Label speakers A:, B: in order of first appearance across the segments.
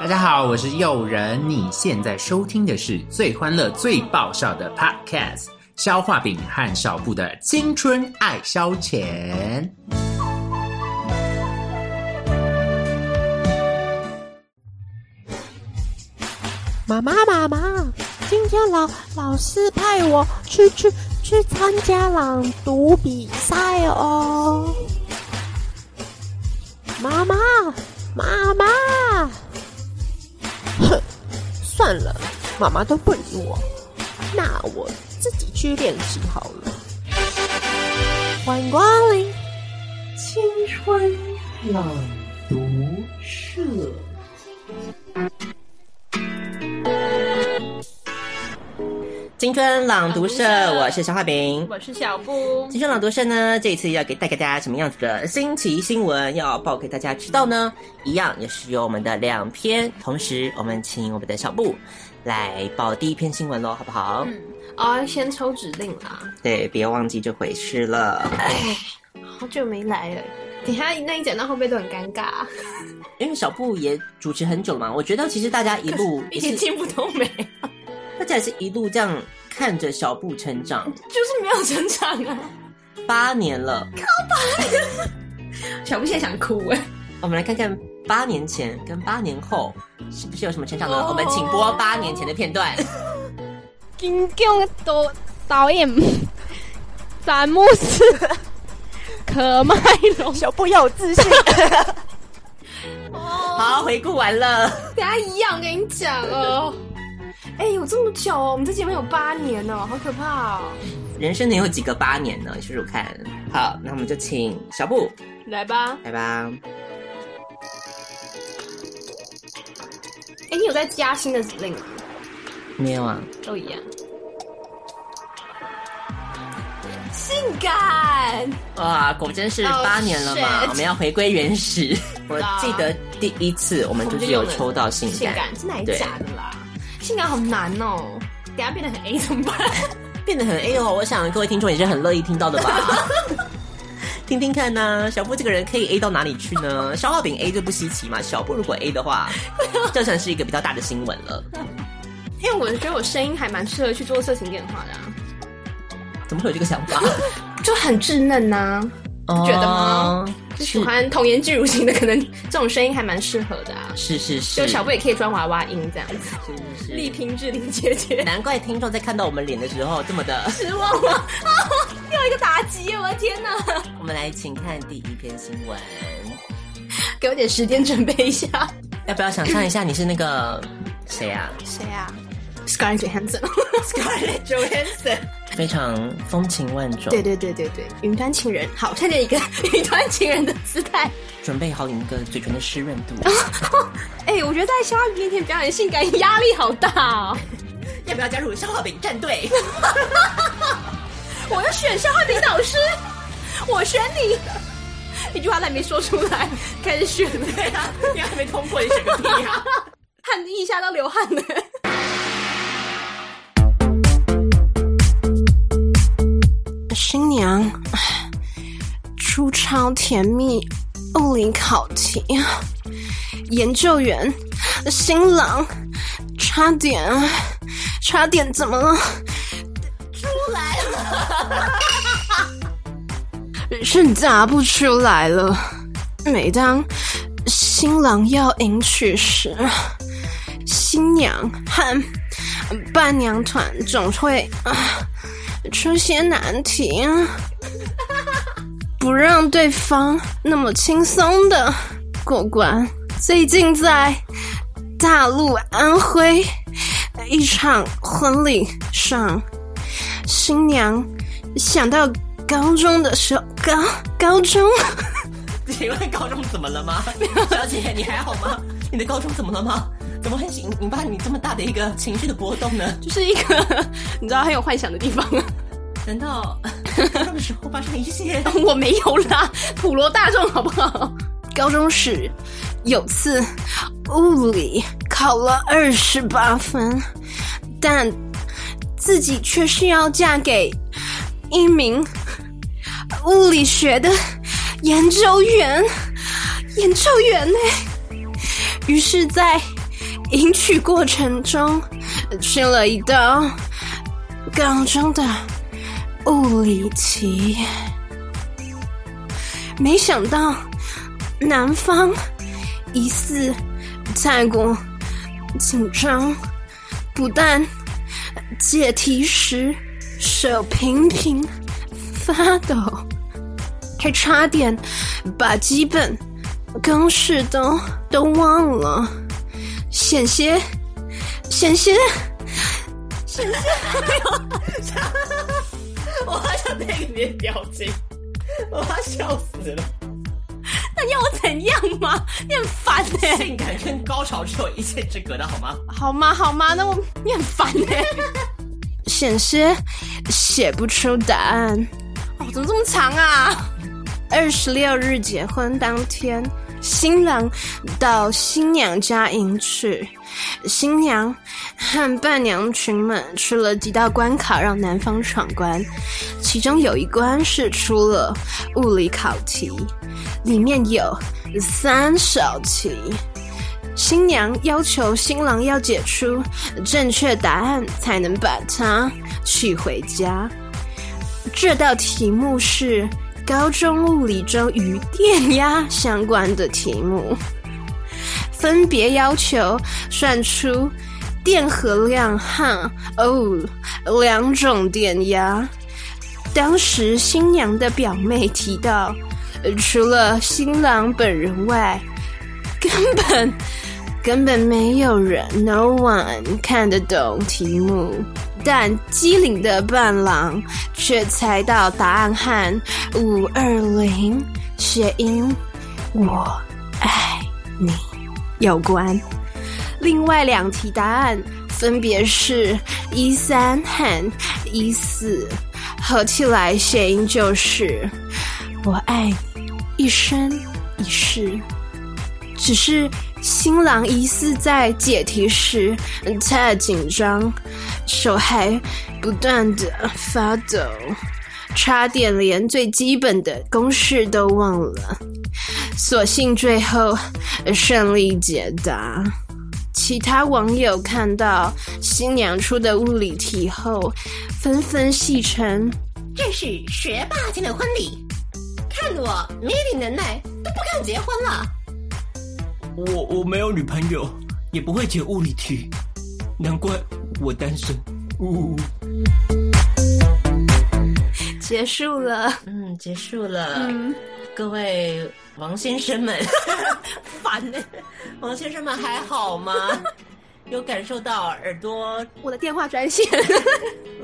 A: 大家好，我是诱人，你现在收听的是最欢乐、最爆笑的 Podcast《消化饼和小布的青春爱消遣》。
B: 妈妈，妈妈，今天老老师派我去去去参加朗读比赛哦。妈妈，妈妈，哼，算了，妈妈都不理我，那我自己去练习好了。欢迎光临青春朗读社。
C: 青春朗读社，我是小画饼。
D: 我是小布，
C: 青春朗读社呢，这一次要给带给大家什么样子的新奇新闻要报给大家知道呢？一样也是有我们的两篇，同时我们请我们的小布来报第一篇新闻喽，好不好？
D: 啊、先抽指令啦，
C: 对，别忘记这回事了。
D: 好久没来了，等一下那一整段会不会都很尴尬？啊
C: 因为小布也主持很久了嘛，我觉得其实大家一路
D: 一
C: 也
D: 点
C: 是，
D: 进步都没，
C: 大家也是一路这样看着小布成长，
D: 就是没有成长啊。
C: 八年了。
D: 小布现在想哭哎，
C: 我们来看看八年前跟八年后是不是有什么成长呢？
D: 哦
C: 我们请播八年前的片段。
E: 金囧的导导演 詹姆斯可麦隆，
B: 小布要有自信。
C: 好，回顾完了，
D: 等一下一样，我跟你讲哦。哎、有这么久哦，我们这节目有八年哦，好可怕哦！
C: 人生能有几个八年呢？你数数看。好，那我们就请小布
D: 来吧，
C: 来吧。
D: 哎、你有在加新的指令吗？
C: 没有啊，
D: 都一样。性感，
C: 哇，果真是八年了嘛
D: shit
C: 我们要回归原始。我记得第一次我们就是有抽到性
D: 性
C: 感，
D: 感是哪一
C: 对
D: 家的啦？性感好难哦，等一下变得很 A 怎么办？
C: 变得很 A 哦。我想各位听众也是很乐意听到的 吧。听听看呢、小布这个人可以 A 到哪里去呢？消化饼 A 就不稀奇嘛，小布如果 A 的 话，这算是一个比较大的新闻了。
D: 因为我觉得我声音还蛮适合去做色情电话的、啊，
C: 怎么会有这个想法？
D: 就很稚嫩啊呐、 觉得吗
C: 哦？
D: 就喜欢童颜巨乳型的，可能这种声音还蛮适合的啊。
C: 是是是，
D: 就小布也可以装娃娃音这样 子，
C: 是是
D: 力
C: 是。
D: 拼志玲姐姐，
C: 难怪听众在看到我们脸的时候这么的。
D: 失望了 啊！又一个打击，我的天哪！
C: 我们来请看第一篇新闻，
D: 给我点时间准备一下。
C: 要不要想象一下你是那 个谁啊？
D: 谁啊？Scarlett Johansson，Scarlett Johansson，
C: 非常风情万种，
D: 对对对对对，云端情人，好，看见一个 云端情人的姿态。
C: 准备好你那个嘴唇的湿润 度。
D: 哎、我觉得在肖阿面前表演性感压力好大哦。
C: 要不要加入消化饼战队？
D: 我要选肖汉平老师， 我选你。一句话都还没说出来，开始选了。对啊，
C: 你还没通过，你选个 屁啊！
D: 汗一下都流汗了。
B: 新娘，唉出超甜蜜物理考题，研究员，新郎，差点，差点怎么了？出来了，是答不出来了。每当新郎要迎娶时，新娘和呃伴娘团总会。啊出些难题啊，不让对方那么轻松的过关。最近在大陆安徽一场婚礼上，新娘想到高中的时候，高高中
C: 请问高中怎么 了吗？小姐，你还好吗？你的高中怎么了吗？怎么会引引发你这么大的一个情绪的波动呢？
D: 就是一个你知道很有幻想的地方。
B: 啊
C: 难 道高中的时候发生了一些？
D: 我没有啦，普罗大众好不好？
B: 高中时有次物理考了二十八分，但自己却是要嫁给一名物理学的研究员，研究员呢、于是，在
D: 迎娶过程中
B: 呃
D: 吃了一道港中的物理题，没想到南方疑似泰国紧张，不但解题时手频频发抖，还差点把基本公式都都忘了。险些，险些，
C: 我好想那个你的表情，我要笑死了。
F: 那你要我怎样吗？你很烦哎、
C: 性感跟高潮只有一线之隔的好吗？
F: 好吗？好吗？那我你很烦哎、
D: 险些欸写不出答案。
F: 哦，怎么这么长啊？
D: 二十六日结婚当天，新郎到新娘家迎娶，新娘和伴娘群们吃了几道关卡让男方闯关，其中有一关是出了物理考题，里面有三小题。新娘要求新郎要解出正确答案，才能把她娶回家。这道题目是高中物理中与电压相关的题目，分别要求算出电荷量和哦两种电压。当时新娘的表妹提到，呃除了新郎本人外，根本根本没有人，no one 看得懂题目。但机灵的伴郎却猜到答案和五二零谐音“我爱你”有关。另外两题答案分别是一三和一四，合起来谐音就是“我爱你一生一世”。只是新郎疑似在解题时嗯太紧张，手还不断的发抖，差点连最基本的公式都忘了。所幸最后顺利解答。其他网友看到新娘出的物理题后，纷纷戏称
B: 这是学霸间的婚礼，看我没你能耐，都不敢结婚了。
C: 我我没有女朋友，也不会解物理题，难怪我单身。呜、
D: 结束了。
C: 嗯，结束了。
B: 嗯
C: 各位王先 生们，烦呢、 王先生们还好吗？有感受到耳朵
F: 我的电话专 线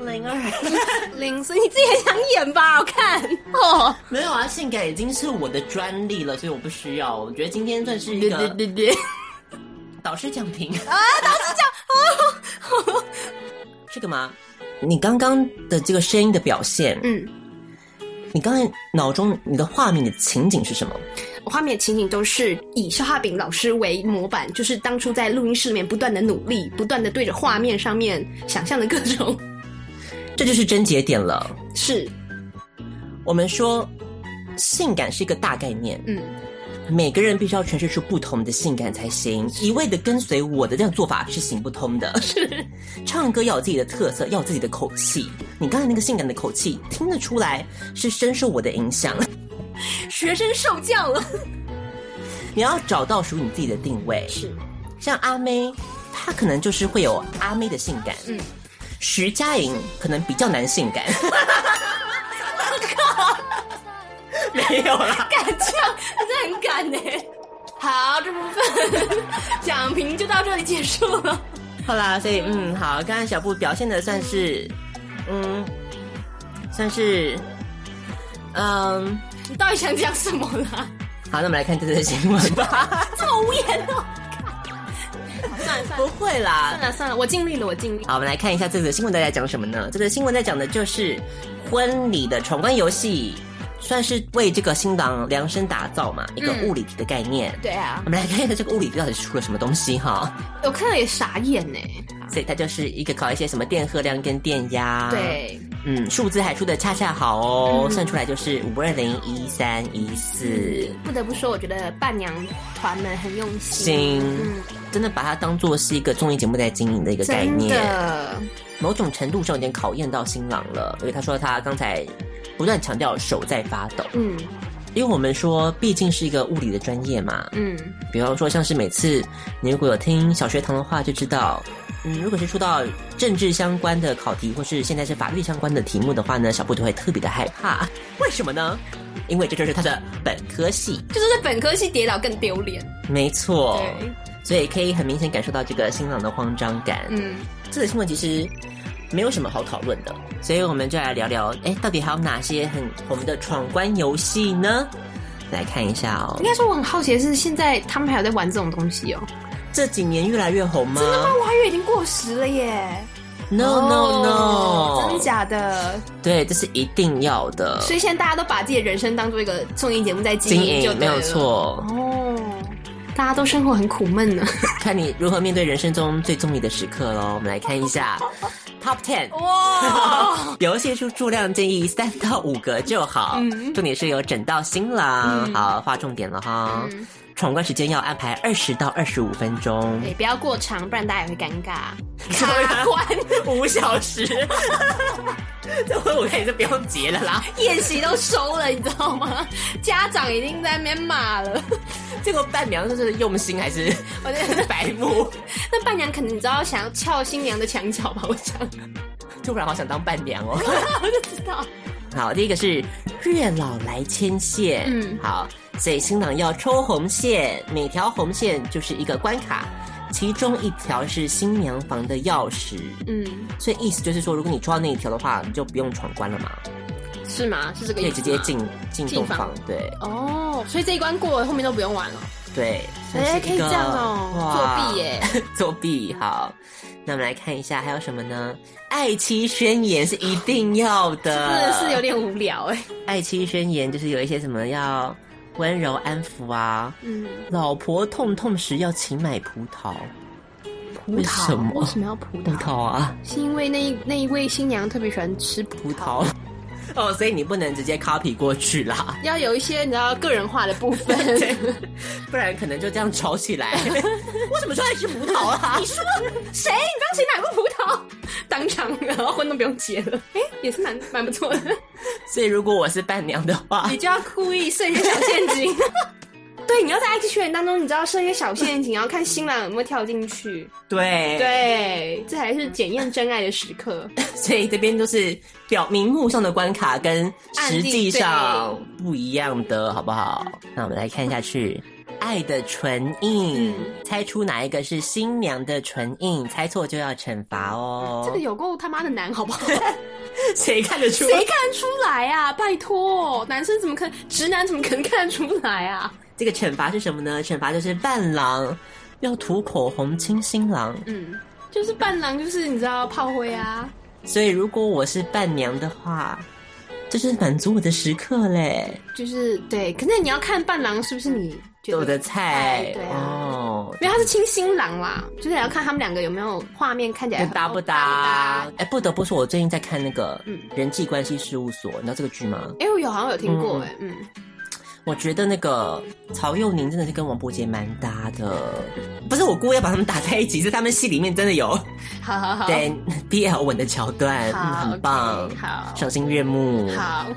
C: 灵儿？
F: 零四，你自己也想演吧？我看哦，
C: 没有啊，性感已经是我的专利了，所以我不需要。我觉得今天算是一
F: 别
C: 个
F: 别别，
C: 导师讲评 啊，导师讲哦，这个吗？你刚刚的这个声音的表现，
D: 嗯，
C: 你刚才脑中你的画面的情景是什么？
F: 我画面情景都是以肖化饼老师为模板，就是当初在录音室里面不断的努力，不断的对着画面上面想象的各种
C: 这就是症结点了。
F: 事，
C: 我们说，性感是一个大概念，
F: 嗯，
C: 每个人必须要诠释出不同的性感才行。一味的跟随我的这样做法是行不通的。 是，唱歌要有自己的特色，要有自己的口气。你刚才那个性感的口气，听得出来是深受我的影响。
F: 学生受教了，
C: 你要找到属于你自己的定位。
F: 是，
C: 像阿妹，她可能就是会有阿妹的性感。嗯，徐佳莹可能比较男性感。 没有啦，
F: 敢唱，真的很敢呢。好，这部分讲评就到这里结束了。
C: 好啦，所以嗯，好，刚才小布表现的算是，嗯，算是，嗯，
F: 你到底想讲什么 啦？
C: 好，那我们来看这则新闻吧。
F: 这么无言哦！好算了算
C: 不
F: 了
C: 会啦，
F: 算了算了，我尽力了，我尽力。
C: 好，我们来看一下这则新闻，大家讲什么呢？这则新闻在讲的就是婚礼的闯关游戏，算是为这个新郎量身打造嘛，一个
F: 嗯
C: 物理题的概念。
F: 对啊
C: 我，们来看一下这个物理题到底出了什么东西哈。
F: 我看了也傻眼呢。
C: 啊所以它就是一个考一些什么电荷量跟电压，，
F: 对，
C: 嗯，数字还出的恰恰好
D: 嗯
C: 哦，算出来就是五二零一三一四。
D: 不得不说，我觉得伴娘团们很用心，嗯
C: 心，真的把它当做是一个综艺节目在经营的一个概
D: 真
C: 念，
D: 的。
C: 某种程度上有点考验到新郎了，因为他说他刚才不断强调手在发抖，
D: 嗯
C: 因为我们说毕竟是一个物理的专业嘛，
D: 嗯，
C: 比方说像是每次你如果有听小学堂的话，就知道。嗯，如果是出到政治相关的考题，或是现在是法律相关的题目的话呢，小布就会特别的害怕。 为什么呢？因为这就是他的本科系。
D: 就是在本科系跌倒更丢脸。
C: 没错，
D: 对
C: 所以可以很明显感受到这个新郎的慌张感。
D: 嗯，
C: 这个新闻其实没有什么好讨论的，所以我们就来聊聊，哎，到底还有哪些很红的闯关游戏呢？来看一下哦
D: 应，该说我很好奇的是，现在他们还有在玩这种东西哦。
C: 这几年越来越红吗
D: 花月已经过时了耶！哦
C: ？No No 哦 No，
D: 真的假的？
C: 对，这是一定要的，
D: 所以现在大家都把自己的人生当做一个综艺节目在经
C: 经
D: 营，就
C: 营
D: 对
C: 没有
D: 了。
C: 错。
D: 哦，大家都生活很苦闷呢。
C: 看你如何面对人生中最中意的时刻喽。我们来看一下 Top Ten。
D: 哇，
C: 游戏数数量建议三到五个就好，重点是有整到新郎，好划重点了哈。闯关时间要安排二十到二十五分钟，
D: 对，不要过长，不然大家也会尴尬。卡关，
C: 五小时。这回我看你就不用结了啦。
D: 宴席都收了，你知道吗？家长已经在那边骂了。
C: 结果伴娘就是用心还是
D: 我觉得
C: 白目，
D: 那伴娘可能你知道想要撬新娘的墙角吧？我想，
C: 突然好想当伴娘哦。
D: 我就知道。
C: 好，第一个是月老来牵线，
D: 嗯
C: 好，所以新郎要抽红线，每条红线就是一个关卡，其中一条是新娘房的钥匙，
D: 嗯，
C: 所以意思就是说，如果你抽到那一条的话，你就不用闯关了嘛，
D: 是吗？是这个
C: 可
D: 意
C: 以
D: 思
C: 直
D: 吗？
C: 接进进洞
D: 进
C: 房
D: 房，
C: 对
D: 哦，所以这一关过了，后面都不用玩了。
C: 对，
D: 哎
C: 算是一个
D: 可以这样哦
C: 哇
D: 作弊耶，
C: 作弊好。那我们来看一下还有什么呢？爱妻宣言是一定要的，
D: 真的是有点无聊哎、
C: 爱妻宣言就是有一些什么要温柔安抚啊，
D: 嗯，
C: 老婆痛痛时要请买葡萄，
D: 葡啊
C: 为什么
D: 为什么要葡
C: 葡
D: 萄？
C: 萄啊，
D: 是因为那一那一位新娘特别喜欢吃葡
C: 葡萄。 哦，所以你不能直接 copy 过去 啦，
D: 要有一些你知道个人化的部 分。
C: 不然可能就这样吵起 来。我怎么说爱吃葡萄 啊？
D: 你说谁？你刚谁买过葡萄？当场，然后婚都不用结了。哎、也是蛮蛮不错 的。
C: 所以如果我是伴娘的话
D: 你，就要故意设一些小陷阱。对，你要在爱情宣言当中，你知道设一些小陷阱，然后看新郎有没有跳进去。
C: 对，
D: 对，这才是检验真爱的时刻。
C: 所以这边都是表名目上的关卡跟实际上不一样的，好不好？那我们来看下去。爱的唇印，猜出哪一个是新娘的唇印，猜错就要惩罚哦。
D: 这个有够他妈的难，好不 好？
C: 谁看得出？
D: 谁看得出来啊？拜托，男生怎么可能？直男怎么可能看得出来啊？
C: 这个惩罚是什么呢？惩罚就是伴郎要涂口红亲新郎。
D: 嗯，就是伴郎，就是你知道炮灰啊。
C: 所以如果我是伴娘的话，这是满足我的时刻嘞，
D: 就是对，可是你要看伴郎是不是你觉得
C: 我的菜
D: 哎对啊
C: 哦。
D: 因为他是亲新郎啦，就是也要看他们两个有没有画面看起来
C: 那
D: 很
C: 搭不搭？哎、不得不说，我最近在看那个
D: 嗯
C: 人际关系事务所，你知道这个剧吗？
D: 哎、我有好像有听过哎、嗯，
C: 我觉得那个曹佑宁真的是跟王伯杰蛮搭的，不是我故意要把他们打在一起，是他们戏里面真的
D: 哦
C: 有
D: 好好好，
C: 对 BL 吻的桥段，
D: 好
C: 嗯，很棒
D: OK，好
C: 赏心悦目。，
D: 好，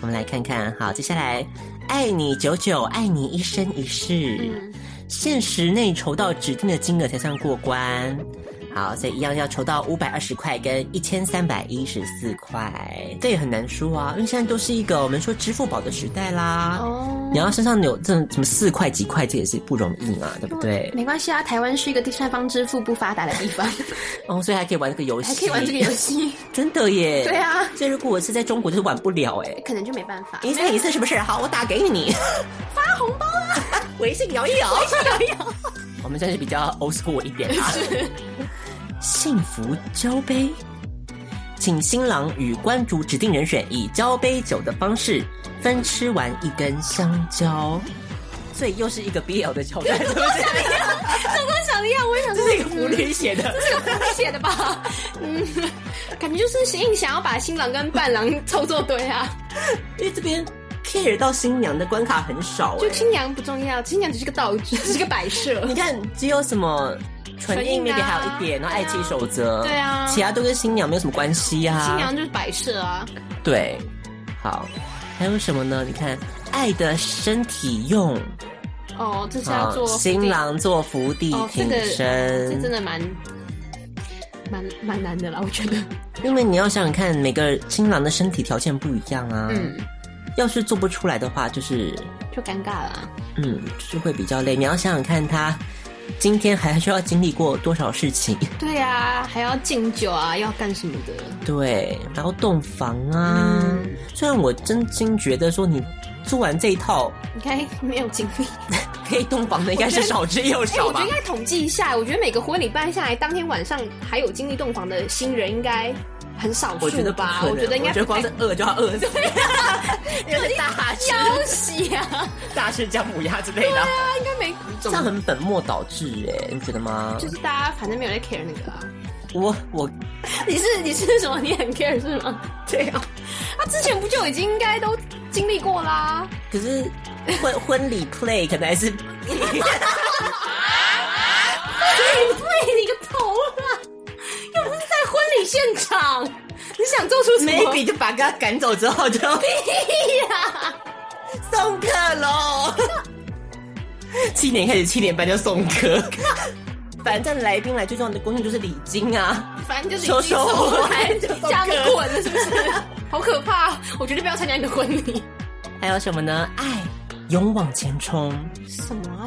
C: 我们来看看，好，接下来。爱你久久，爱你一生一世。
D: 嗯
C: 限时内筹到指定的金额才算过关。好，所以一样要筹到五百二十块跟一千三百一十四块，这也很难说啊，因为现在都是一个我们说支付宝的时代啦。
D: 哦
C: 你要身上有这种什么四块几块，这也是不容易嘛，对不对？
D: 没关系啊，台湾是一个第三方支付不发达的地 方，
C: 哦，所以还可以玩这个游戏，
D: 嗯还可以玩这个游，戏，
C: 真的耶！
D: 对啊
C: 所以如果我是在中国，就是玩不了哎。
D: 可能就没办法。
C: 一次一次是不是？好，我打给你，发红包啦！微信摇一摇，微信摇一摇。我们算是比较 old school 一点 啊。幸福交杯，请新郎与关主指定人选以交杯酒的方式分吃完一根香蕉。所以又是一个 BL 的桥段，对不对？
D: 跟我想的一样，我也想
C: 这
D: 说
C: 是一个福利写的，
D: 会写的吧？嗯，感觉就是硬想要把新郎跟伴郎凑作对啊。
C: 因为这边 care 到新娘的关卡很少哎、
D: 就新娘不重要，新娘只是个道具，只是个摆设
C: 你。看，只有什么纯
D: 纯
C: 硬
D: 硬
C: maybe
D: 啊
C: 还有一点，然后爱妻守则，
D: 对啊
C: 其他都跟新娘没有什么关系 啊。
D: 新娘就是摆设啊，
C: 对，好，还有什么呢？你看，爱的身体用
D: 哦，这是要做
C: 啊
D: 伏地
C: 新，郎做伏地
D: 哦这
C: 挺
D: 个这
C: 身，
D: 真的蛮蛮蛮难的啦，我觉得。
C: 因为你要想想看，每个新郎的身体条件不一样啊。
D: 嗯，
C: 要是做不出来的话，就是
D: 就尴尬啦。
C: 嗯，就是会比较累。你要想想看，他今天还需要经历过多少事情？
D: 对呀、啊，还要敬酒啊，要干什么的？
C: 对，然后洞房啊。
D: 嗯
C: 虽然我真心觉得说，你做完这一套，
D: 应该 没有经历。
C: 可以洞房的应该是少之又
D: 哎、
C: 少
D: 我觉
C: 吧
D: 得应？该统计一下，我觉得每个婚礼办下来，当天晚上还有精力洞房的新人应该很少
C: 我觉
D: 数
C: 得不
D: 吧？
C: 可能
D: 我觉得应该
C: 我觉得光是饿就要饿 死，因为是大吃
D: 哎休息啊，
C: 大吃姜母鸭之类的，
D: 应该没
C: 这样很本末倒置哎，你觉得吗？
D: 就是大家反正没有在 care 那个啊。
C: 我我
D: 你是你是什么？你很 care 是吗？ 对啊，他之前不就已经应该都经历过啦？
C: 可是婚 婚礼 play 可能还 是
D: 你哎对你个头啦！又不是在婚礼现场，你想做出什么？
C: maybe 就把他赶走之后就
D: 屁呀、
C: 送客喽。七点开始，七点半就送客。反正来宾来最重要的工作就是礼金啊，
D: 反正就是
C: 收
D: 你自己
C: 收
D: 走
C: 完就送
D: 家里
C: 客。
D: 滚了是不是？ 好可怕、我绝对不要参加你的婚礼。
C: 还有什么呢？爱，勇往前冲，
D: 什么、啊？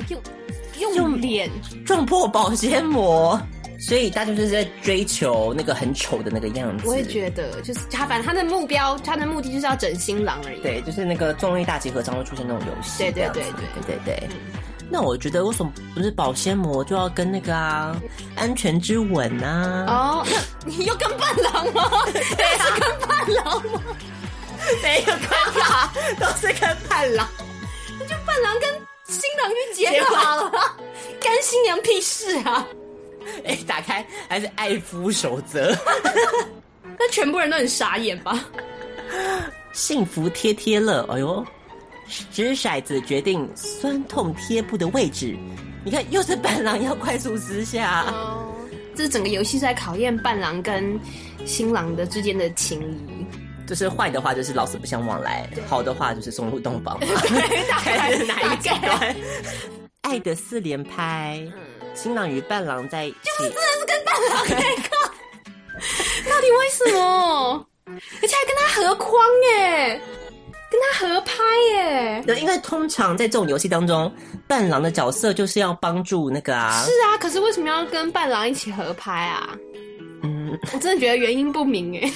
D: 用用脸？
C: 撞破保鲜膜。所以大家就是在追求那个很丑的那个样子。
D: 我也觉得，就是他，反正他的目标，他的目的就是要整新郎而已。
C: 对，就是那个综艺大集合常会出现那种游戏，
D: 对对
C: 这样子
D: 对嗯
C: 对对对。那我觉得为什么不是保鲜膜就要跟那个啊安全之吻啊？
D: 哦，那你又跟伴郎吗？对啊， 是跟伴郎吗？
C: 没有尴尬， 都是跟伴郎。
D: 就伴郎跟新郎去结就好了，干新娘屁事啊！
C: 哎，打开还是爱夫守则，
D: 那全部人都很傻眼吧？
C: 幸福贴贴乐。哎呦，掷骰子决定酸痛贴布的位置。你看，又是伴郎要快速撕下。
D: 哦，这整个游戏是在考验伴郎跟新郎的之间的情谊。
C: 就是坏的话就是老死不相往来，好的话就是送入洞 房嘛。
D: 概
C: 开始哪一个极端？爱的四连拍，
D: 嗯
C: 新郎与伴郎在一起，
D: 到底为什么？而且还跟他合框哎，跟他合拍耶。
C: 对因为通常在这种游戏当中，伴郎的角色就是要帮助那个啊
D: 是，啊，可是为什么要跟伴郎一起合拍啊？
C: 嗯，
D: 我真的觉得原因不明哎。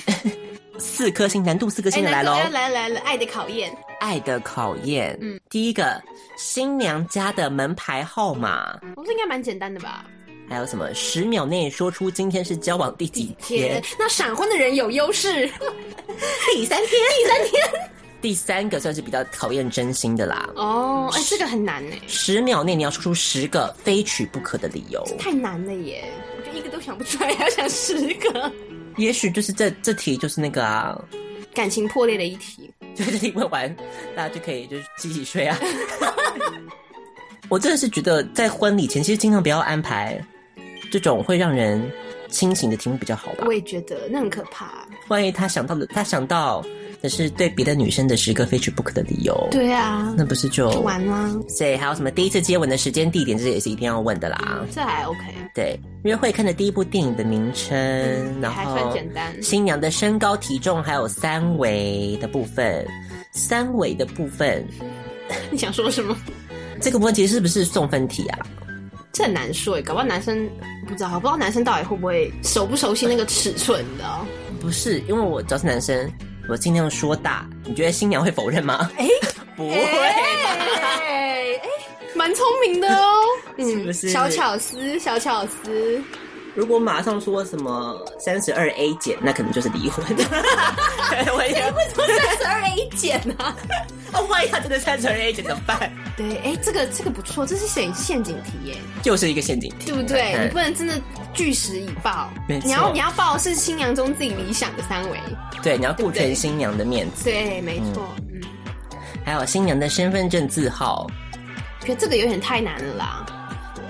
C: 四颗星难度四颗
D: 哎，
C: 星的来
D: 难
C: 喽
D: 怪，要来了来了，爱的考验。
C: 爱的考验，嗯，第一个新娘家的门牌号码，
D: 我们这应该蛮简单的吧？
C: 还有什么十秒内说出今天是交往第几天
D: 天，，那闪婚的人有优势。
C: 第三天，第三天，第三个算是比较考验真心的啦。
D: 哦，哎，这个很难哎，
C: 十秒内你要说出十个非娶不可的理由，
D: 太难了耶！我就一个都想不出来，还要想十个。
C: 也许就是这这题就是那个啊，
D: 感情破裂的一题，
C: 就是这题问完，大家就可以就是继续睡啊。 我真的是觉得在婚礼前，其实尽量不要安排这种会让人清醒的题目比较好吧
D: 我。也觉得那很可怕。
C: 万一他想到的，他想到的是对别的女生的十个非娶不可的理由，
D: 对啊，
C: 那不是就
D: 完啦，
C: 所以还有什么第一次接吻的时间、地点，这也是一定要问的啦。
D: 这还 OK。
C: 对，约会看的第一部电影的名称，嗯然
D: 还
C: 后
D: 算简单
C: 新娘的身高、体重，还有三围的部分。三围的部分，
D: 你想说什么？
C: 这个部分其实是不是送分题啊？
D: 这很难说耶，搞不好男生不知道，不知道男生到底会不会熟不熟悉那个尺寸的哦。
C: 不是，因为我只要是男生，我尽量说大。你觉得新娘会否认吗？哎、不会吧？
D: 哎，哎蛮聪明的哦，
C: 是不是
D: 小巧思，小巧思。
C: 如果马上说什么三十二 A 减，那可能就是离婚。哎我也
G: 为什么三十二 A 减啊？
C: 哦，万一他真的三十二 A 减怎么办？
D: 对，哎，这个这个不错，这是陷陷阱题耶，
C: 就是一个陷阱题。
D: 对不对？你不能真的据实以报
C: 没，错
D: 你要你要报是新娘中自己理想的三围。
C: 对，你要顾全新娘的面子，
D: 对，没错，嗯，
C: 还有新娘的身份证字号。
D: 可这个有点太难了啦，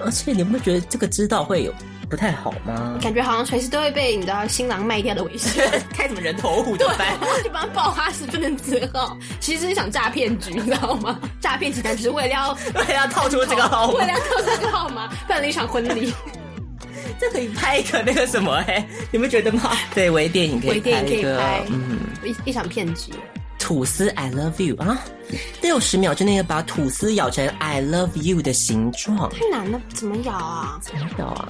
C: 而且你不觉得这个知道会有不太好吗？
D: 感觉好像随时都会被你知道新郎卖掉的危险。
C: 开什么人头户怎么办？
D: 就帮他爆他身份证字号，其实是一场诈骗局，你知道吗？ 诈骗集团只是为了要
C: 为了要套出这个号
D: 为
C: 码
D: 了，要套这个号码，办了一场婚 礼。
C: 这可以拍一个那个什么哎、你们觉得吗？对，微电影可以
D: 微电影可以
C: 一个
D: 拍
C: 嗯，
D: 一一场骗局，
C: 吐司 I love you 啊，六十秒之内要把吐司咬成 I love you 的形状，
D: 太难了，怎么咬啊？
C: 豆啊，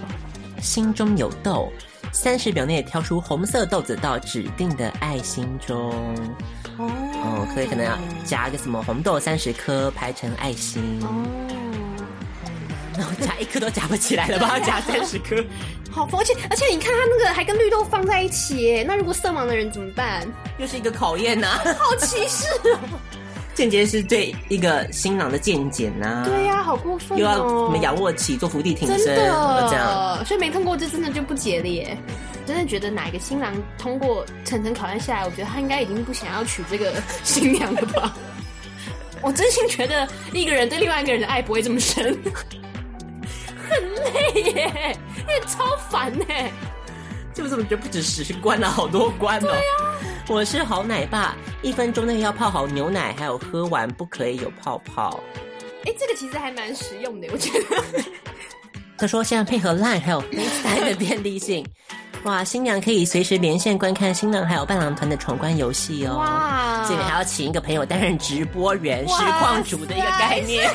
C: 心中有豆，三十秒内挑出红色豆子到指定的爱心中。
D: 哦，
C: 哦，可以可能要夹个什么红豆三十颗，排成爱心，
D: 哦，
C: 然后夹一颗都夹不起来了吧？夹三十颗，
D: 好疯！而且而且，你看他那个还跟绿豆放在一起耶，那如果色盲的人怎么办？
C: 又是一个考验呐、
D: 好歧视！啊
C: 间接是对一个新郎的见解呐、
D: 对、呀、好过分
C: 又要
D: 哦！
C: 什么仰卧起坐、伏地挺
D: 真
C: 身，
D: 的，
C: 这样。
D: 所以没通过这真的就不解了耶。真的觉得哪一个新郎通过层层考验下来，我觉得他应该已经不想要娶这个 新娘了吧？ 我真心觉得一个人对另外一个人的爱不会这么深，很累耶，那超烦哎。
C: 就怎么觉得不止十关了，好多关哦。对我是好奶爸，一分钟内要泡好牛奶，还有喝完不可以有泡泡。
D: 哎，这个其实还蛮实用的，我觉得。
C: 他说现在配合 LINE 还 有 FaceTime 的便利性，哇，新娘可以随时连线观看新郎还有伴郎团的闯关游戏哦。
D: 哇
C: 这里还要请一个朋友担任直播员、实
D: 哇
C: 况主的一个概念。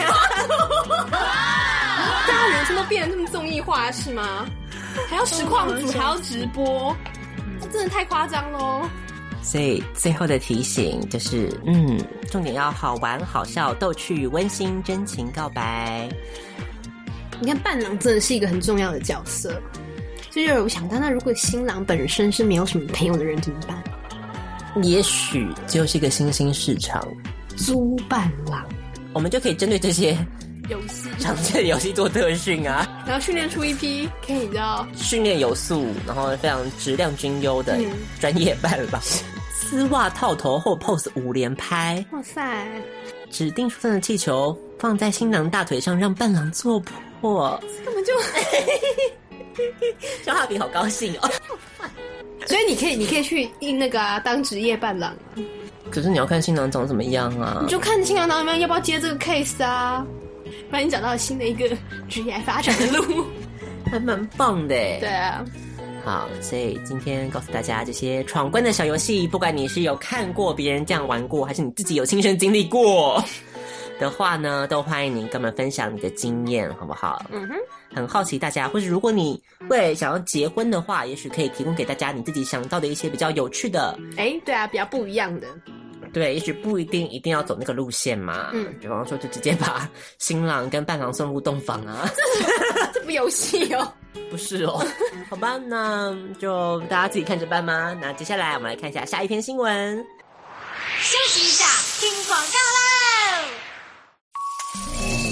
D: 大家人生都变得这么综艺化是吗？还要实况组，还要直播，这真的太夸张喽！
C: 所以最后的提醒就是，嗯，重点要好玩、好笑、逗趣、温馨、真情告白。
D: 你看伴郎真的是一个很重要的角色，就是有想到，那如果新郎本身是没有什么朋友的人怎么办？
C: 也许就是一个新兴市场，
D: 租伴郎
C: 我们就可以针对这些
D: 游戏，
C: 常见的游戏做特训啊，
D: 然后训练出一批可以你知道
C: 训练有素，然后非常质量均优的
D: 嗯
C: 专业伴郎。 丝袜套头后 pose 五连拍，
D: 哇塞，
C: 指定数上的气球放在新郎大腿上，让伴郎做 破。
D: 根本就……
C: 小哈比好高兴哦。
D: 所以你可以，你可以去应那个啊，当职业伴郎，
C: 可是你要看新郎长怎么样啊
D: 你？就看新郎当面要不要接这个 case 啊，不然你找到新的一个职业发展的路。
C: 还蛮棒的欸耶。
D: 对啊，
C: 好，所以今天告诉大家这些闯关的小游戏，不管你是有看过别人这样玩过，还是你自己有亲身经历过 的话呢，都欢迎您跟我们分享你的经验，好不好？嗯哼，很好奇大家，或是如果你会想要结婚的话，也许可以提供给大家你自己想到的一些比较有趣的，
D: 哎，对啊，比较不一样的，
C: 对，也许不一定一定要走那个路线嘛。
D: 嗯，
C: 比方说就直接把新郎跟伴郎送入洞房啊。
D: 这不游戏哦。
C: 不是哦， 好吧，那就大家自己看着办吧。那接下来我们来看一下下一篇新闻。
G: 休息一下，听广告喽。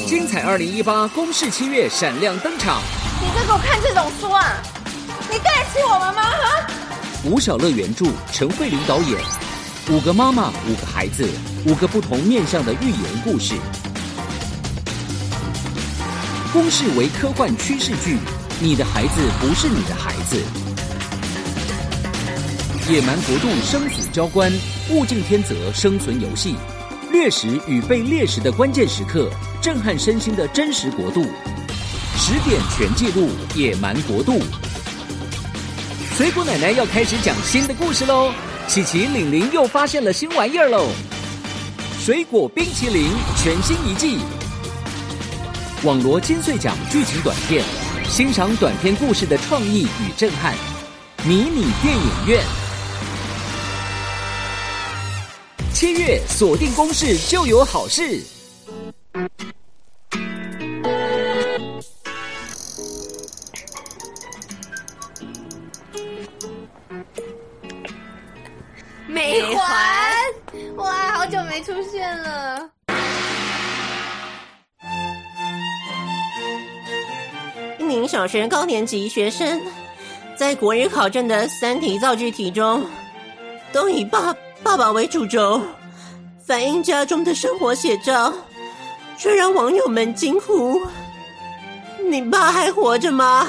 H: 精彩二零一八公示七月闪亮登场，
E: 你在给我看这种书啊？你对得起我们吗？哈？
H: 吴小乐原著，陈慧琳导演，五个妈妈，五个孩子，五个不同面向的寓言故事。公式为科幻趋势剧，你的孩子不是你的孩子。野蛮国度生死交关，物竞天择生存游戏，掠食与被猎食的关键时刻，震撼身心的真实国度。十点全记录，野蛮国度。水果奶奶要开始讲新的故事喽！琪琪、玲玲又发现了新玩意儿喽！水果冰淇淋全新一季，网罗金穗奖剧情短片，欣赏短片故事的创意与震撼。迷你电影院，七月锁定公式就有好事。
D: 出现了。
G: 您小学高年级学生，在国语考证的三题造句题中，都以爸爸爸为主轴，反映家中的生活写照，却让网友们惊呼：“你爸还活着吗？”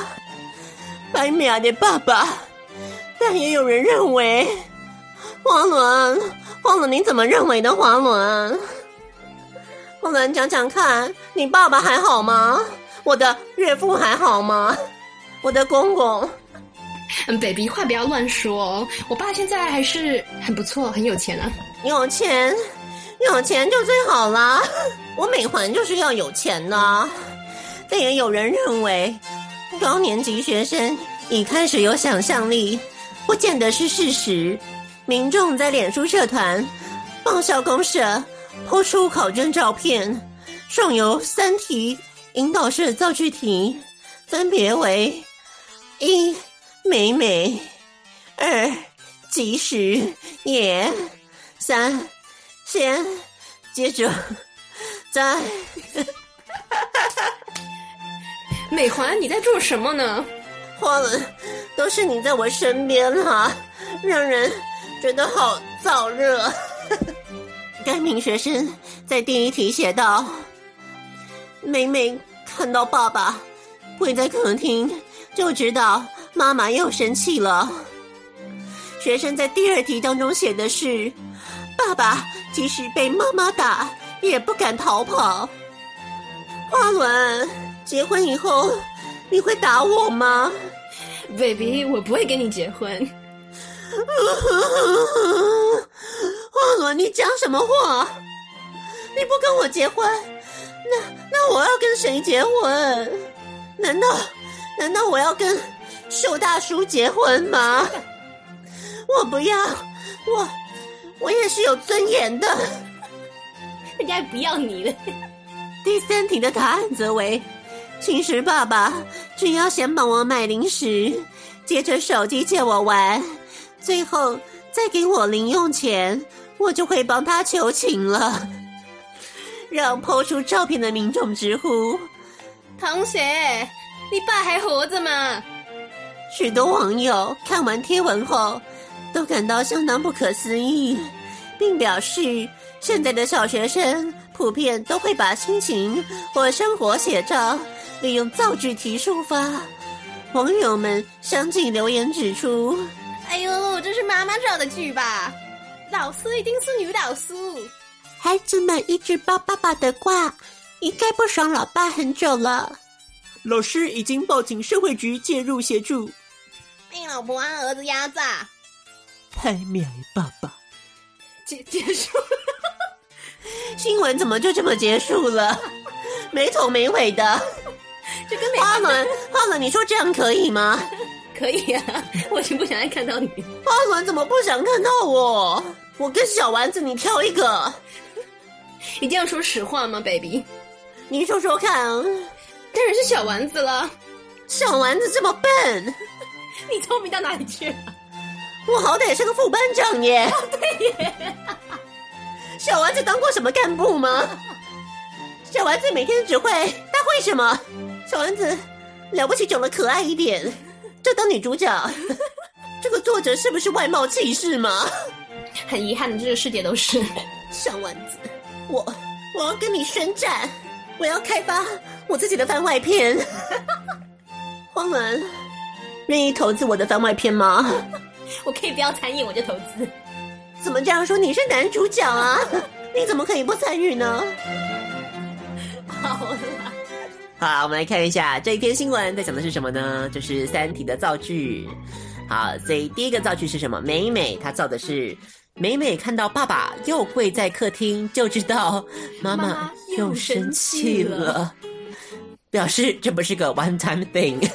G: 白米的爸爸，但也有人认为，黄伦，黄伦，你怎么认为的？黄伦，黄伦，讲讲看，你爸爸还好吗？我的岳父还好吗？我的公公，
D: 嗯，baby，话不要乱说哦。我爸现在还是很不错，很有钱啊。
G: 有钱，有钱就最好啦。 我美环就是要有钱呐。但也有人认为，高年级学生已开始有想象力，不见得是事实。民众在脸书社团、爆笑公社抛出考卷照片，上有三题引导式造句题，分别为：一美美，二及时也，三先接着再。
D: 美环，你在做什么呢？
G: 花了，都是你在我身边啊，让人觉得好燥热。 该名学生在第一题写道：“每每看到爸爸跪在客厅，就知道 妈妈又生气了。”学生在第二题当中写的是：“爸爸即使被妈妈打，也不敢逃跑。”花轮，结婚以后你会打我吗？
D: baby，我不会跟你结婚。
G: 花轮，你讲什么话？你不跟我结婚，那那我要跟谁结婚？难道难道我要跟秀大叔结婚吗？我不要，我我也是有尊严的。
D: 人家不要你了。
G: 第三题的答案则为：其实爸爸只要先帮我买零食，接着手机借我玩，最后再给我零用钱，我就会帮他求情了。让抛出照片的民众直呼，
D: 同学，你爸还活着吗？
G: 许多网友看完贴文后，都感到相当不可思议，并表示现在的小学生普遍都会把心情或生活写照利用造句题抒发。网友们相继留言指出，
D: 哎呦，这是妈妈造的句吧？老师一定是女老师。
G: 孩子们一直抱爸爸的挂，应该不爽老爸很久了。老师已经报请社会局介入协助。
D: 被老婆和儿子压榨。
G: 太美爸爸。
D: 结结束。
G: 新闻怎么就这么结束了？没头没尾的。
D: 就跟美
G: 花轮，花轮，你说这样可以吗？
D: 可以啊， 我已经不想再看到你。
G: 花轮怎么不想看到我？我跟小丸子，你挑一个，
D: 一定要说实话吗，baby？
G: 你说说看。
D: 啊当然是小丸子了。
G: 小丸子这么笨，
D: 你聪明到哪里去了？
G: 我好歹也是个副班长耶。对耶。小丸子当过什么干部吗？小丸子每天只会他会什么？小丸子了不起，长得可爱一点，就当女主角。这个作者是不是外貌歧视吗？
D: 很遗憾的，这个世界都是。
G: 小丸子，我我要跟你宣战，我要开发我自己的番外篇。荒伦，愿意投资我的番外篇 吗？
D: 我可以不要参演，我就投资。
G: 怎么这样说？你是男主角 啊，你怎么可以不参与呢？
D: 好啦，
C: 好，我们来看一下这一篇新闻在讲的是什么呢？就是《三体》的造句。好，所以第一个造句是什么？美美她造的是，美美看到爸爸又跪在客厅，就知 道妈
D: 妈
C: 妈
D: 又
C: 又生
D: 生
C: 气
D: 气
C: 了，表示这不是个 one time thing。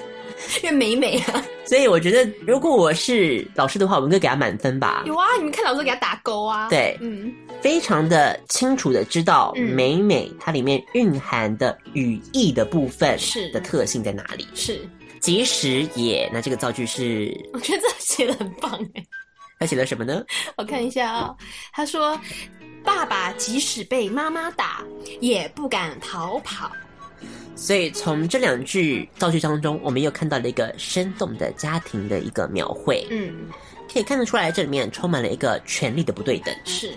D: 因为美美啊，
C: 所以我觉得，如果我是老师的话，我应该给他满分吧。
D: 有啊，你们看老师给他打勾啊。，
C: 对，
D: 嗯，
C: 非常的清楚的知道
D: 嗯
C: 美美它里面蕴含的语义的部分
D: 是
C: 的特性在哪里。
D: 是，
C: 及时也，那这个造句是
D: 我觉得这写的很棒哎。
C: 他写了什么呢？
D: 我看一下啊、他说爸爸即使被妈妈打，也不敢逃跑。
C: 所以从这两句造句当中，我们又看到了一个生动的家庭的一个描绘，
D: 嗯，
C: 可以看得出来，这里面充满了一个权力的不对等，
D: 是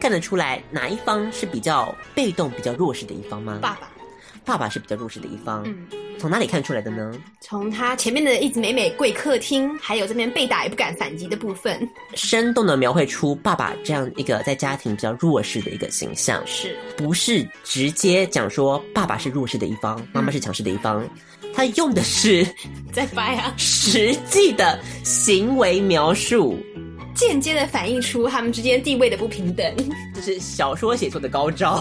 C: 看得出来哪一方是比较被动、比较弱势的一方吗？
D: 爸，爸。
C: 爸爸是比较弱势的一方，
D: 嗯，
C: 从哪里看出来的呢？
D: 从他前面的一直每每跪客厅，还有这边被打也不敢反击的部分，
C: 生动的描绘出爸爸这样一个在家庭比较弱势的一个形象，
D: 是
C: 不是直接讲说爸爸是弱势的一方，妈妈是强势的一方，他用的是
D: 在掰啊，
C: 实际的行为描述，
D: 间接的反映出他们之间地位的不平等。
C: 这是小说写作的高招。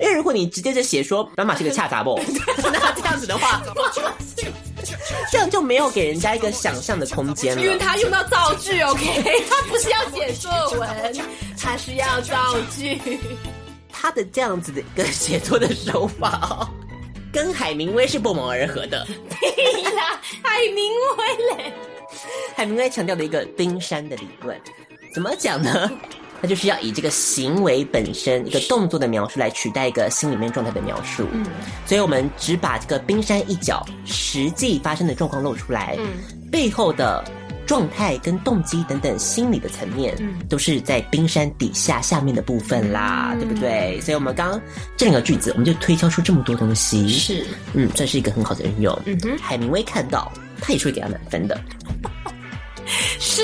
C: 因为如果你直接就写说妈妈是个恰杂 b 那这样子的话，这样就没有给人家一个想象的空间
D: 因为
C: 了。
D: 他用到造句，OK，他 不是要写作文，他是要造句。
C: 他的这样子的一个写作的手法、 哦，跟海明威是不谋而合的。
D: 屁啦，海明威嘞，
C: 海明威强调的一个冰山的理论，怎么讲呢？他就是要以这个行为本身一个动作的描述来取代一个心里面状态的描述。嗯，所以我们只把这个冰山一角实际发生的状况露出来，嗯，背后的状态跟动机等等心理的层面，嗯，都是在冰山底下下面的部分啦，对不对？所以我们刚刚这两个句子，我们就推敲出这么多东西，
D: 是，
C: 嗯，算是一个很好的运用。嗯哼，海明威看到，他也是会给他满分的。
D: 是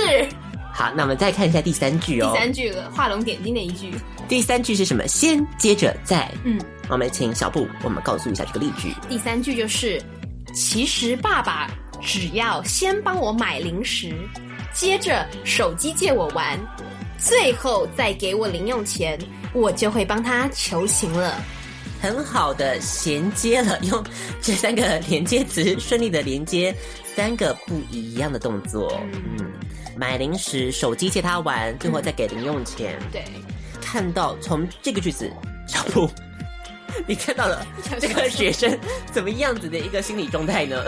C: 好，那我们再看一下第三句哦。
D: 第三句了，画龙点睛的一句。
C: 第三句是什么？先接着再。
D: 嗯，
C: 我们请小布，我们告诉一下这个例句。
D: 第三句就是，其实爸爸只要先帮我买零食，接着手机借我玩，最后再给我零用钱，我就会帮他求情了。
C: 很好的衔接了，用这三个连接词顺利的连接三个不一样的动作。嗯，买零食，手机借他玩，最后再给零用钱。
D: 对，
C: 看到从这个句子，小布， 你看到了这个学生怎么样子的一个心理状态呢？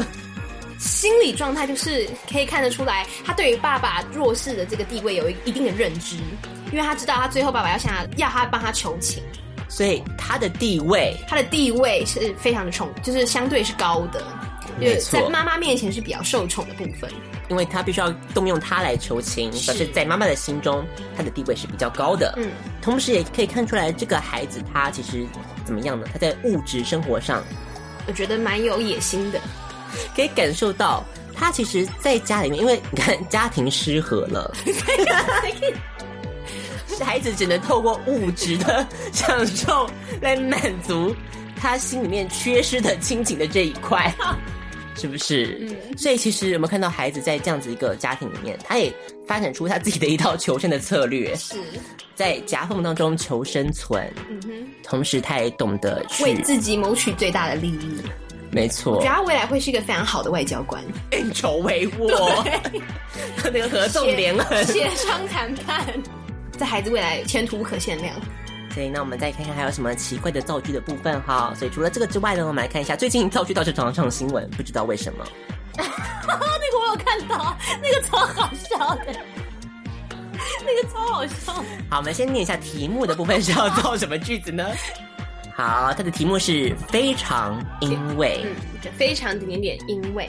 D: 心理状态就是可以看得出来，他对于爸爸弱势的这个地位有一定的认知，因为他知道他最后爸爸要向他要他帮他求情，
C: 所以他的地位
D: 他的地位是非常的宠，就是相对是高的，因为
C: 没错
D: 在妈妈面前是比较受宠的部分。
C: 因为他必须要动用他来求情，
D: 是
C: 但是在妈妈的心中，他的地位是比较高的。
D: 嗯，
C: 同时也可以看出来，这个孩子他其实怎么样呢？他在物质生活上
D: 我觉得蛮有野心的，
C: 可以感受到，他其实在家里面，因为你看家庭失和 了，孩子只能透过物质的享受来满足他心里面缺失的亲情的这一 块。是不是？
D: 嗯
C: 所以其实我们看到孩子在这样子一个家庭里面，他也发展出他自己的一套求生的策略，
D: 是，
C: 在夹缝当中求生存，
D: 嗯哼，
C: 同时他也懂得去，
D: 为自己谋取最大的利益。
C: 没
D: 我
C: 错
D: 觉得，他未来会是一个非常好的外交 官，
C: 运筹帷幄， 那个合纵连横。
D: 协商谈判，这孩子未来前途可限量。
C: 所以那我们再看看还有什么奇怪的造句的部分哈。所以除了这个之外呢，我们来看一下最近造句倒是常常上新闻，不知道为什么。
D: 啊那个我有看到，那个超好笑的，那个超好笑。
C: 好，我们先念一下题目的部分是要造什么句子 呢？好，它的题目是非常因为。
D: 嗯，非常点点点，因为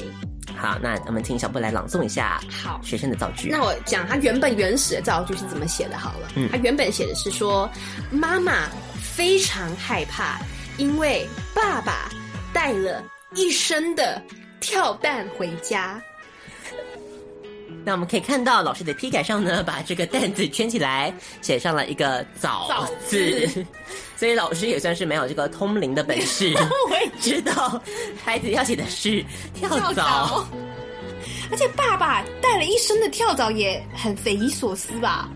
C: 好，那我们请小布来朗诵一下
D: 好
C: 学生的造句。
D: 那我讲他原本原始的造句是怎么写的好了。
C: 嗯
D: 他原本写的是说，妈妈非常害怕，因为爸爸带了一身的跳蛋回家。
C: 那我们可以看到老师的批改上呢，把这个蛋字圈起来，写上了一个枣字，所以老师也算是蛮有这个通灵的本事，
D: 哦
C: 知道孩子要写的是跳
D: 蚤
C: 蚤。，
D: 而且爸爸带了一身的跳蚤也很匪夷所思吧？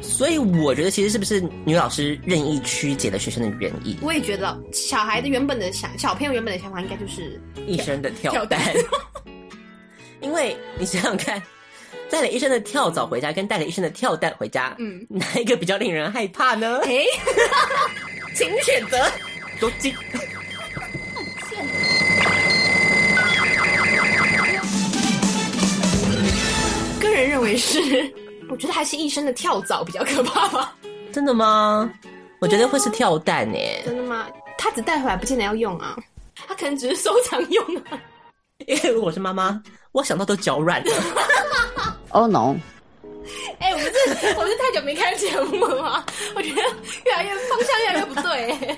C: 所以我觉得其实是不是女老师任意曲解了学生的原意，
D: 我也觉得小孩的原本的想，小朋友原本的想法应该就是
C: 一身的跳
D: 跳
C: 蛋
D: 蛋，
C: 因为你想想看。带了一身的跳蚤回家，跟带了一身的跳蛋回家，嗯
D: 嗯，
C: 哪一个比较令人害怕呢？
D: 哎，
C: 请选择多金。
D: 个人认为是，我觉得还是一身的跳蚤比较可怕吧。
C: 真的吗？我觉得会是跳蛋诶、
D: 真的吗？他只带回来不见得要用啊，他可能只是收藏用啊。
C: 因为我是妈妈，我想到都脚软了。
I: Oh no！
D: 哎、我们这我们这太久没看节目了吗？我觉得越来越方向越来越不对、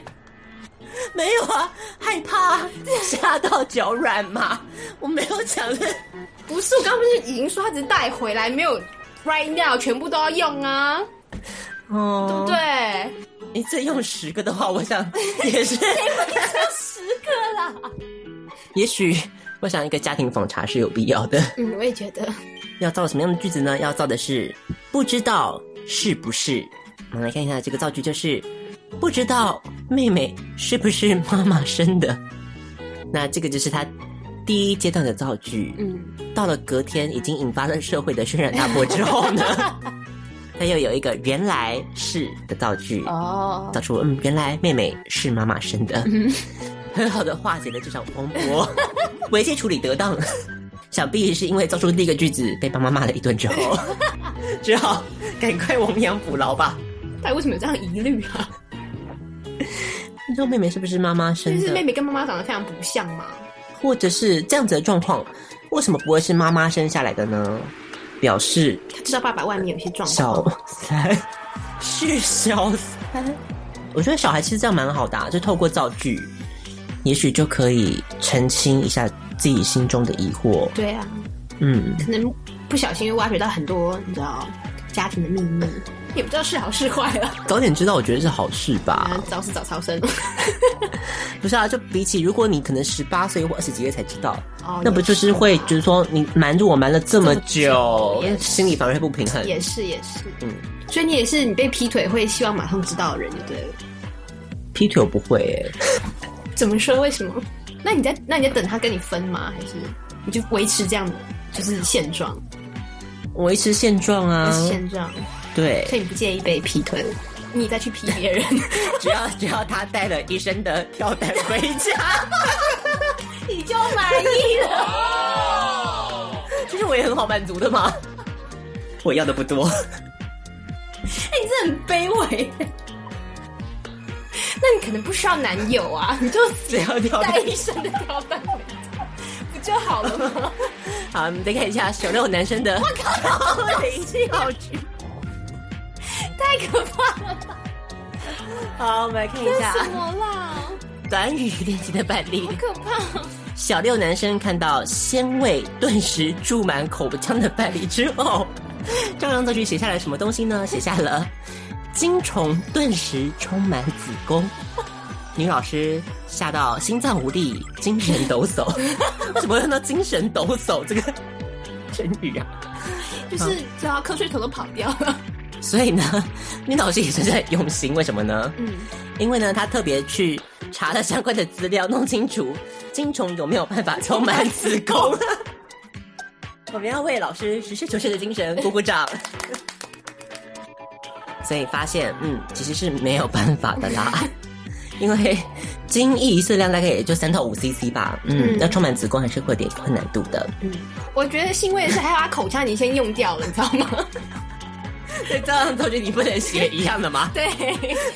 C: 没有啊，害怕吓到脚软嘛？我没有讲的，
D: 不是，我刚刚不是已经说他只是带回来，没有 right now 全部都要用啊，对
C: 哦
D: 不
C: 对
D: 对？
C: 一次用十个的话，我想也是，
D: 十个啦。
C: 也许我想一个家庭访查是有必要的。
D: 嗯，我也觉得。
C: 要造什么样的句子呢？要造的是不知道是不是。我们来看一下这个造句，就是不知道妹妹是不是妈妈生的。那这个就是他第一阶段的造句。
D: 嗯，
C: 到了隔天，已经引发了社会的轩然大波之后 呢，他又有一个原来是的造句。
D: 哦，嗯
C: 他说：“嗯，原来妹妹是妈妈生的， 很好的化解了这场风波， 危机处理得当。想必是因为造出第一个句子被爸妈骂了一顿 之后，只好赶快亡羊补牢吧。
D: 到底为什么有这样疑虑啊？
C: 你知道妹妹是不是妈妈
D: 就
C: 生
D: 是
C: 的？
D: 妹妹跟妈妈长得非常不像嘛。
C: 或者是这样子的状况，为什么不会是妈妈生下来的呢？表示
D: 她知道爸爸外面有一些状况，
C: 小三是小三。我觉得小孩其实这样蛮好的、啊，就透过造句，也许就可以澄清一下自己心中的疑惑。
D: 对啊，
C: 嗯，
D: 可能不小心又挖掘到很多你知道家庭的秘密，也不知道是好是坏了。
C: 早点知道，我觉得是好事吧。
D: 早死早超 生，
C: 不是啊，就比起如果你可能十八岁或二十几岁才知道，
D: 哦
C: 那不就是会觉得说你瞒着我瞒了这么久
D: 也，是
C: 心里反而会不平衡。
D: 也是也是，
C: 嗯
D: 嗯，所以你也是你被劈腿会希望马上知道的人就对了。
C: 劈腿我不会、欸，
D: 怎么说？为什么？那你在那你在等他跟你分吗？还是你就维持这样的就是现状？
C: 维持现状啊，
D: 现状，
C: 对，
D: 所以你不介意被劈腿，你再去劈 别人，
C: 只要只要他带了一身的跳蛋回 家。
D: 你就满意了。
C: 其实我也很好满足的嘛，我要的不 多。
D: 哎、你这很卑微。 那你可能不需要男友啊，你就
C: 只要跳蛋
D: 带一身的 吊带回家不就好了吗？
C: 好，我们再看一下小六男生的。我靠，灵气好剧。
D: 太可怕了，
C: 好，我们来看一下
D: 什么啦？
C: 短语练习的版例。
D: 可怕！
C: 小六男生看到鲜味顿时注满口腔的伴侣之后，照样造句写下来什么东西呢？写下了精虫顿时充满子宫， 女老师吓到心脏无力，精神抖擞。 为什么会用到精神抖擞这个成语啊？
D: 就是只要瞌睡头都跑掉了。
C: 所以呢，女老师也是在用心，为什么呢？
D: 嗯，
C: 因为呢，她特别去查了相关的资料，弄清楚精虫有没有办法充满子宫。我们要为老师实事求是的精神鼓鼓 掌。所以发现，嗯，其实是没有办法的啦， 因为精液一次量大概也就三到五 CC 吧，嗯，
D: 嗯
C: 要充满子宫还是会有点困难度的。
D: 我觉得欣慰的是，还有把口腔你先用掉了，你知道吗？
C: 对，这样造句你不能写一样的 吗？
D: 对，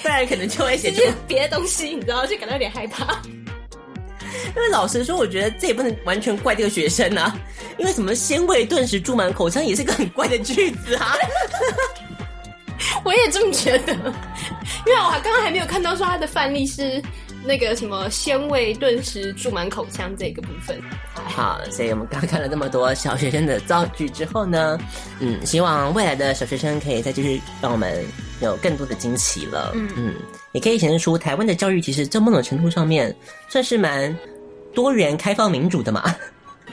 C: 不然可能就会写
D: 就
C: 出
D: 是别的东西，你知道，就感到有点害怕。
C: 因为老实说，我觉得这也不能完全怪这个学生啊，因为什么鲜味顿时注满口腔也是个很怪的句子啊。
D: 我也这么觉得，因为我还刚刚还没有看到说他的范例是那个什么鲜味顿时注满口腔这个部分。
C: 好，所以我们刚看了这么多小学生的造句之后呢，嗯，希望未来的小学生可以再继续让我们有更多的惊奇了。嗯嗯，也可以显示出台湾的教育其实在某种程度上面算是蛮多元、开放、民主的嘛。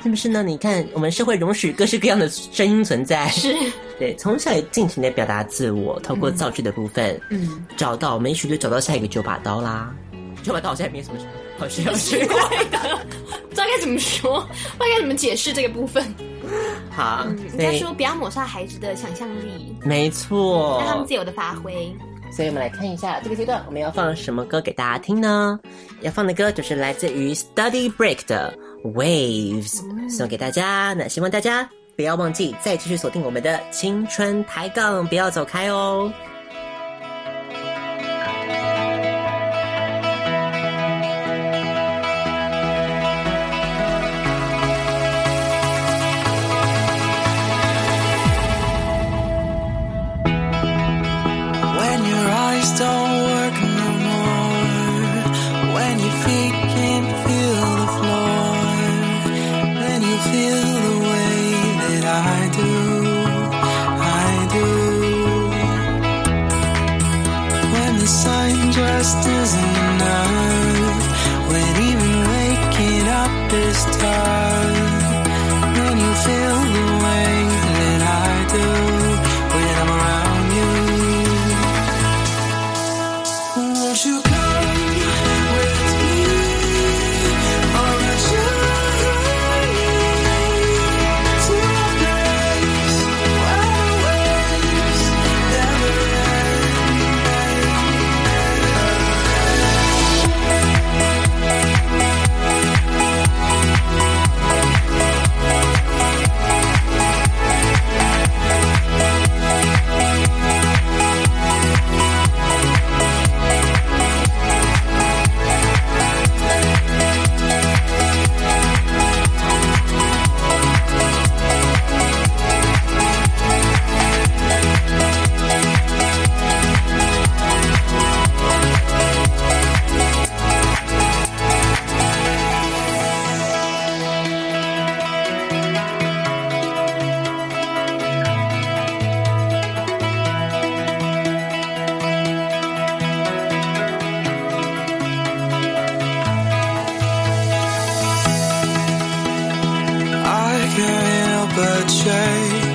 C: 是不是呢？你看，我们社会容许各式各样的声音存在，是对，从小也尽情的表达自我，透过造句的部分，嗯，找到我们也许就找到下一个九把刀啦。九把刀好像也没什么好需要学
D: 怪的， 不知道该怎么说，不知道该怎么解释这个部分。嗯
C: 好，
D: 人
C: 所
D: 家
C: 以
D: 说不要抹杀孩子的想象力，
C: 没错
D: 让，他们自由的发挥。
C: 所以我们来看一下这个阶段我们要放什么歌给大家听呢？要放的歌就是来自于 Study Break 的 Waves，送
D: 嗯
C: 给大家。那希望大家不要忘记再继续锁定我们的青春抬杠，不要走开哦。
J: but shame.